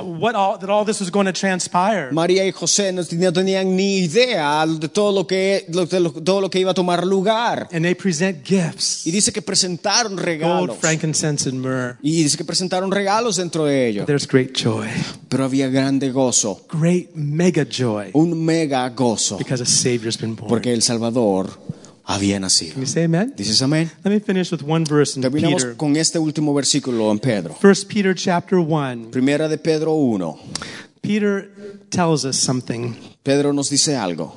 [SPEAKER 1] what all, that all this was going to transpire.
[SPEAKER 2] María y José no, ten- no tenían ni idea de todo lo que lo- de lo- todo lo que iba a tomar lugar.
[SPEAKER 1] And they present gifts
[SPEAKER 2] Y dice que presentaron regalos.
[SPEAKER 1] gold, frankincense, and myrrh.
[SPEAKER 2] Y dice que presentaron regalos dentro de ellos.
[SPEAKER 1] There's great joy,
[SPEAKER 2] Pero había grande gozo,
[SPEAKER 1] great mega joy,
[SPEAKER 2] un mega gozo,
[SPEAKER 1] because a Savior's been born.
[SPEAKER 2] porque el Salvador había nacido.
[SPEAKER 1] Can you say amen?
[SPEAKER 2] Dices amén.
[SPEAKER 1] Let me finish with one verse in
[SPEAKER 2] Terminamos
[SPEAKER 1] Peter.
[SPEAKER 2] con este último versículo en Pedro.
[SPEAKER 1] First Peter chapter 1.
[SPEAKER 2] Primera de Pedro 1.
[SPEAKER 1] Peter tells us something.
[SPEAKER 2] Pedro nos dice algo.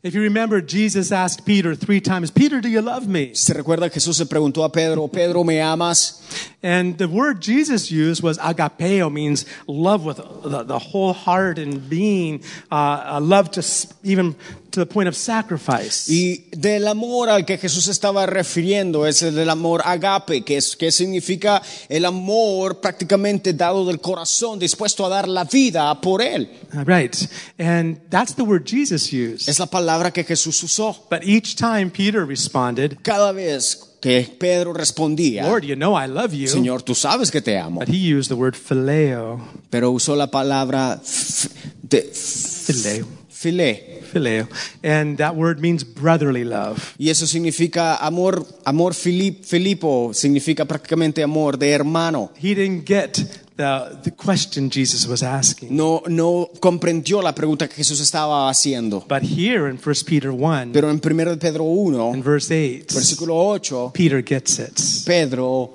[SPEAKER 1] If you remember, Jesus asked Peter three times, Peter, do you love me?
[SPEAKER 2] Se recuerda Jesús se preguntó a Pedro, Pedro, ¿me amas?
[SPEAKER 1] And the word Jesus used was agapeo, means love with the, the whole heart and being, uh, a love to s- even to the point of sacrifice.
[SPEAKER 2] Y del amor al que Jesús estaba refiriendo es el del amor agape, que, es, que significa el amor prácticamente dado del corazón, dispuesto a dar la vida por él.
[SPEAKER 1] All Uh, right. And that's the word Jesus used.
[SPEAKER 2] Es la palabra que Jesús usó.
[SPEAKER 1] But each time Peter responded,
[SPEAKER 2] Cada vez que Pedro respondía,
[SPEAKER 1] Lord, you know I love you.
[SPEAKER 2] Señor, tú sabes que te amo,
[SPEAKER 1] But he used the word phileo.
[SPEAKER 2] pero usó la palabra f- de-
[SPEAKER 1] Phileo.
[SPEAKER 2] filé.
[SPEAKER 1] Phileo. And that word means brotherly love.
[SPEAKER 2] Y eso significa amor, amor Filip- Filipo, significa prácticamente amor de hermano.
[SPEAKER 1] He didn't get the, the question Jesus was asking.
[SPEAKER 2] No, no comprendió la pregunta que Jesús estaba haciendo.
[SPEAKER 1] But here in 1 Peter 1,
[SPEAKER 2] Pero en 1 de Pedro 1,
[SPEAKER 1] in verse 8,
[SPEAKER 2] versículo 8,
[SPEAKER 1] Peter gets it.
[SPEAKER 2] Pedro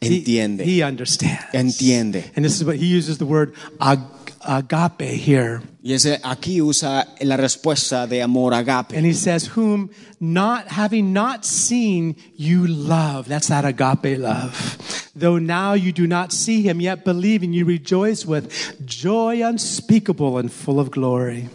[SPEAKER 1] He- He,
[SPEAKER 2] entiende.
[SPEAKER 1] understands.
[SPEAKER 2] Entiende.
[SPEAKER 1] And this is what he uses the word ag- agape here.
[SPEAKER 2] Y ese, aquí usa la respuesta de amor agape.
[SPEAKER 1] And he says, Whom not having not seen, you love. That's that agape love. Though now you do not see him, yet believing, you rejoice with joy unspeakable and full of glory.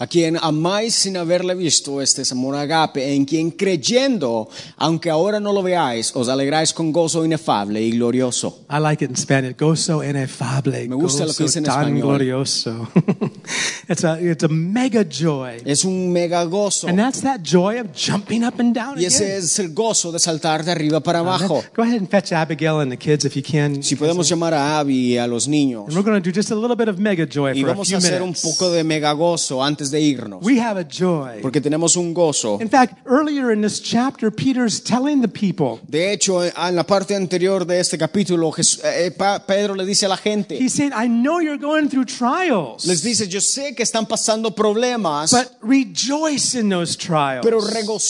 [SPEAKER 2] A quien amáis sin haberle visto, este es amor agape, en quien creyendo, aunque ahora no lo veáis, os alegráis con gozo inefable y glorioso.
[SPEAKER 1] I like it in Spanish. Gozo inefable.
[SPEAKER 2] Me gusta lo que dice en
[SPEAKER 1] tan
[SPEAKER 2] español.
[SPEAKER 1] glorioso. it's, a, it's a mega joy.
[SPEAKER 2] Es un mega gozo.
[SPEAKER 1] And that's that joy of jumping up and down
[SPEAKER 2] Y ese
[SPEAKER 1] again.
[SPEAKER 2] es el gozo de saltar de arriba para abajo.
[SPEAKER 1] Go ahead and fetch Abigail and the kids if you can.
[SPEAKER 2] Si podemos llamar a Abby y a los niños.
[SPEAKER 1] And we're going to do just a little bit of mega joy
[SPEAKER 2] Y
[SPEAKER 1] for
[SPEAKER 2] vamos a
[SPEAKER 1] a few
[SPEAKER 2] hacer un
[SPEAKER 1] minutes.
[SPEAKER 2] poco de mega gozo antes de irnos.
[SPEAKER 1] We have a joy.
[SPEAKER 2] Porque tenemos un gozo.
[SPEAKER 1] In fact, earlier in this chapter, Peter's telling the people,
[SPEAKER 2] De hecho, en la parte anterior de este capítulo, Jes- eh, Pa- Pedro le dice a la gente,
[SPEAKER 1] he's saying, I know you're going through
[SPEAKER 2] les
[SPEAKER 1] trials,
[SPEAKER 2] dice, yo sé que están pasando problemas,
[SPEAKER 1] but rejoice in those trials.
[SPEAKER 2] pero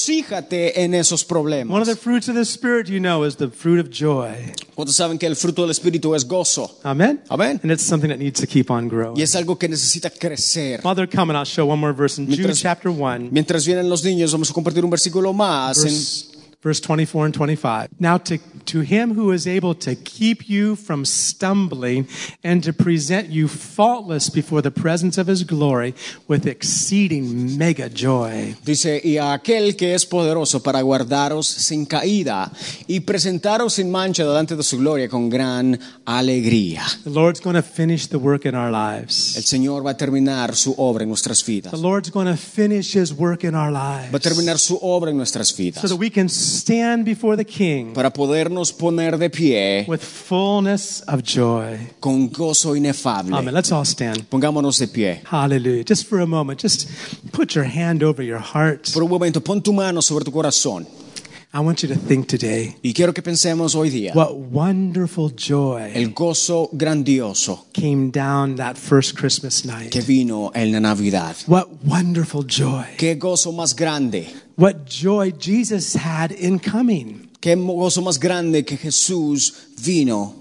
[SPEAKER 2] regocíjate en esos
[SPEAKER 1] One of
[SPEAKER 2] problemas.
[SPEAKER 1] the fruits of the Spirit, you know, is the fruit of joy.
[SPEAKER 2] ¿Cuántos saben que el fruto del Espíritu es gozo?
[SPEAKER 1] Amen?
[SPEAKER 2] Amén.
[SPEAKER 1] And it's something that needs to keep on growing.
[SPEAKER 2] Y es algo que necesita crecer.
[SPEAKER 1] While they're coming, I'll show one more verse in Jude
[SPEAKER 2] Mientras-
[SPEAKER 1] chapter 1.
[SPEAKER 2] Mientras vienen los niños, vamos a compartir un versículo más en
[SPEAKER 1] verse, verse 24 and 25. Now to, to him who is able to keep you from stumbling and to present you faultless before the presence of his glory with exceeding mega joy.
[SPEAKER 2] Dice, y a aquel que es poderoso para guardaros sin caída y presentaros sin mancha delante de su gloria con gran alegría.
[SPEAKER 1] The Lord's going to finish the work in our
[SPEAKER 2] El
[SPEAKER 1] lives.
[SPEAKER 2] Señor va a terminar su obra en nuestras vidas.
[SPEAKER 1] The Lord's going to finish his work in our
[SPEAKER 2] Va a
[SPEAKER 1] lives
[SPEAKER 2] terminar su obra en nuestras
[SPEAKER 1] so
[SPEAKER 2] vidas
[SPEAKER 1] that we can stand before the king
[SPEAKER 2] para podernos poner de pie
[SPEAKER 1] with fullness of joy.
[SPEAKER 2] con gozo
[SPEAKER 1] Amen.
[SPEAKER 2] inefable.
[SPEAKER 1] Let's all stand.
[SPEAKER 2] Pongámonos de pie.
[SPEAKER 1] Hallelujah. Just for a moment, just put your hand over your heart.
[SPEAKER 2] Por un momento, pon tu mano sobre tu corazón.
[SPEAKER 1] I want you to think today
[SPEAKER 2] Y quiero que pensemos hoy día.
[SPEAKER 1] what wonderful joy
[SPEAKER 2] El gozo grandioso
[SPEAKER 1] came down that first Christmas night.
[SPEAKER 2] que vino en la Navidad.
[SPEAKER 1] What wonderful joy.
[SPEAKER 2] Qué gozo más grande.
[SPEAKER 1] What joy Jesus had in coming.
[SPEAKER 2] Qué mo- gozo más grande que Jesús vino.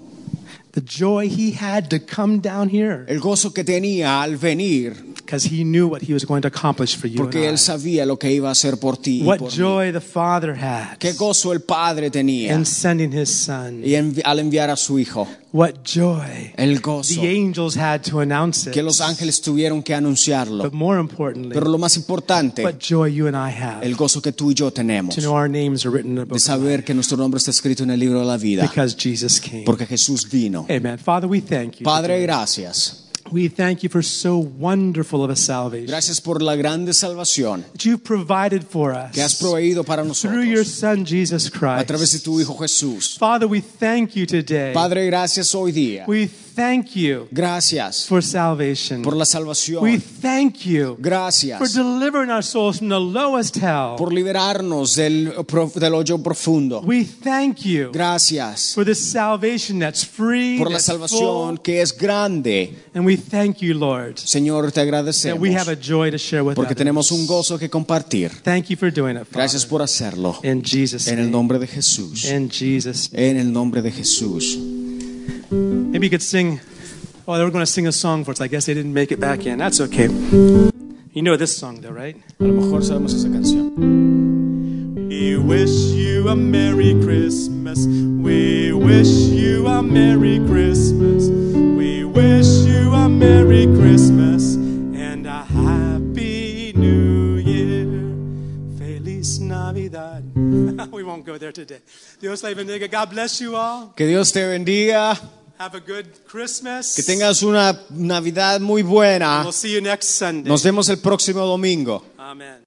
[SPEAKER 1] The joy he had to come down here
[SPEAKER 2] El gozo que tenía al venir.
[SPEAKER 1] because he knew what he was going to accomplish for you. and I.
[SPEAKER 2] Porque él sabía lo que iba a hacer por ti. y
[SPEAKER 1] What
[SPEAKER 2] por mí.
[SPEAKER 1] joy the Father had
[SPEAKER 2] Qué gozo el Padre tenía
[SPEAKER 1] in sending his Son.
[SPEAKER 2] y envi- al enviar a su Hijo.
[SPEAKER 1] What joy
[SPEAKER 2] El gozo
[SPEAKER 1] the angels had to announce it.
[SPEAKER 2] que los ángeles tuvieron que anunciarlo.
[SPEAKER 1] But more importantly,
[SPEAKER 2] Pero lo más
[SPEAKER 1] what
[SPEAKER 2] importante,
[SPEAKER 1] joy you and I
[SPEAKER 2] el
[SPEAKER 1] have
[SPEAKER 2] gozo que tú y yo tenemos
[SPEAKER 1] to know our names are written in the book
[SPEAKER 2] de saber que nuestro nombre está escrito en el libro de la vida.
[SPEAKER 1] because Jesus came.
[SPEAKER 2] Porque Jesús vino.
[SPEAKER 1] Amen. Father, we thank you.
[SPEAKER 2] Padre, gracias.
[SPEAKER 1] We thank you for so wonderful of a salvation
[SPEAKER 2] Gracias por la grande salvación
[SPEAKER 1] that you've provided for
[SPEAKER 2] que has
[SPEAKER 1] us
[SPEAKER 2] proveído para
[SPEAKER 1] through your
[SPEAKER 2] nosotros
[SPEAKER 1] Son, Jesus
[SPEAKER 2] a través
[SPEAKER 1] Christ.
[SPEAKER 2] de tu Hijo Jesús.
[SPEAKER 1] Father, we thank you today.
[SPEAKER 2] Padre, gracias hoy día.
[SPEAKER 1] We thank you
[SPEAKER 2] Gracias
[SPEAKER 1] for salvation.
[SPEAKER 2] por la
[SPEAKER 1] We
[SPEAKER 2] salvación.
[SPEAKER 1] thank you for
[SPEAKER 2] Gracias
[SPEAKER 1] delivering our souls from the lowest hell.
[SPEAKER 2] por liberarnos del, prof- del hoyo profundo.
[SPEAKER 1] We thank you
[SPEAKER 2] Gracias
[SPEAKER 1] for this salvation that's free,
[SPEAKER 2] por la
[SPEAKER 1] that's
[SPEAKER 2] salvación
[SPEAKER 1] full,
[SPEAKER 2] que es grande.
[SPEAKER 1] and we thank you, Lord,
[SPEAKER 2] Señor, te
[SPEAKER 1] that we have a
[SPEAKER 2] agradecemos
[SPEAKER 1] joy to share with
[SPEAKER 2] porque
[SPEAKER 1] others.
[SPEAKER 2] tenemos un gozo que compartir.
[SPEAKER 1] Thank you for doing it, Father.
[SPEAKER 2] Gracias por hacerlo.
[SPEAKER 1] In Jesus'
[SPEAKER 2] En el
[SPEAKER 1] name.
[SPEAKER 2] nombre de Jesús.
[SPEAKER 1] In Jesus' name.
[SPEAKER 2] En el nombre de Jesús.
[SPEAKER 1] Maybe you could sing. Oh, they were going to sing a song for us. I guess they didn't make it back in. That's okay. You know this song, though, right?
[SPEAKER 2] A lo mejor sabemos esa canción.
[SPEAKER 1] We wish you a Merry Christmas. We wish you a Merry Christmas. We wish you a Merry Christmas and a Happy New Year. Feliz Navidad. we won't go there today. Dios le bendiga. God bless you all.
[SPEAKER 2] Que Dios te bendiga.
[SPEAKER 1] Have a good Christmas.
[SPEAKER 2] Que tengas una Navidad muy buena.
[SPEAKER 1] We'll see you next Sunday.
[SPEAKER 2] Nos vemos el próximo domingo.
[SPEAKER 1] Amen.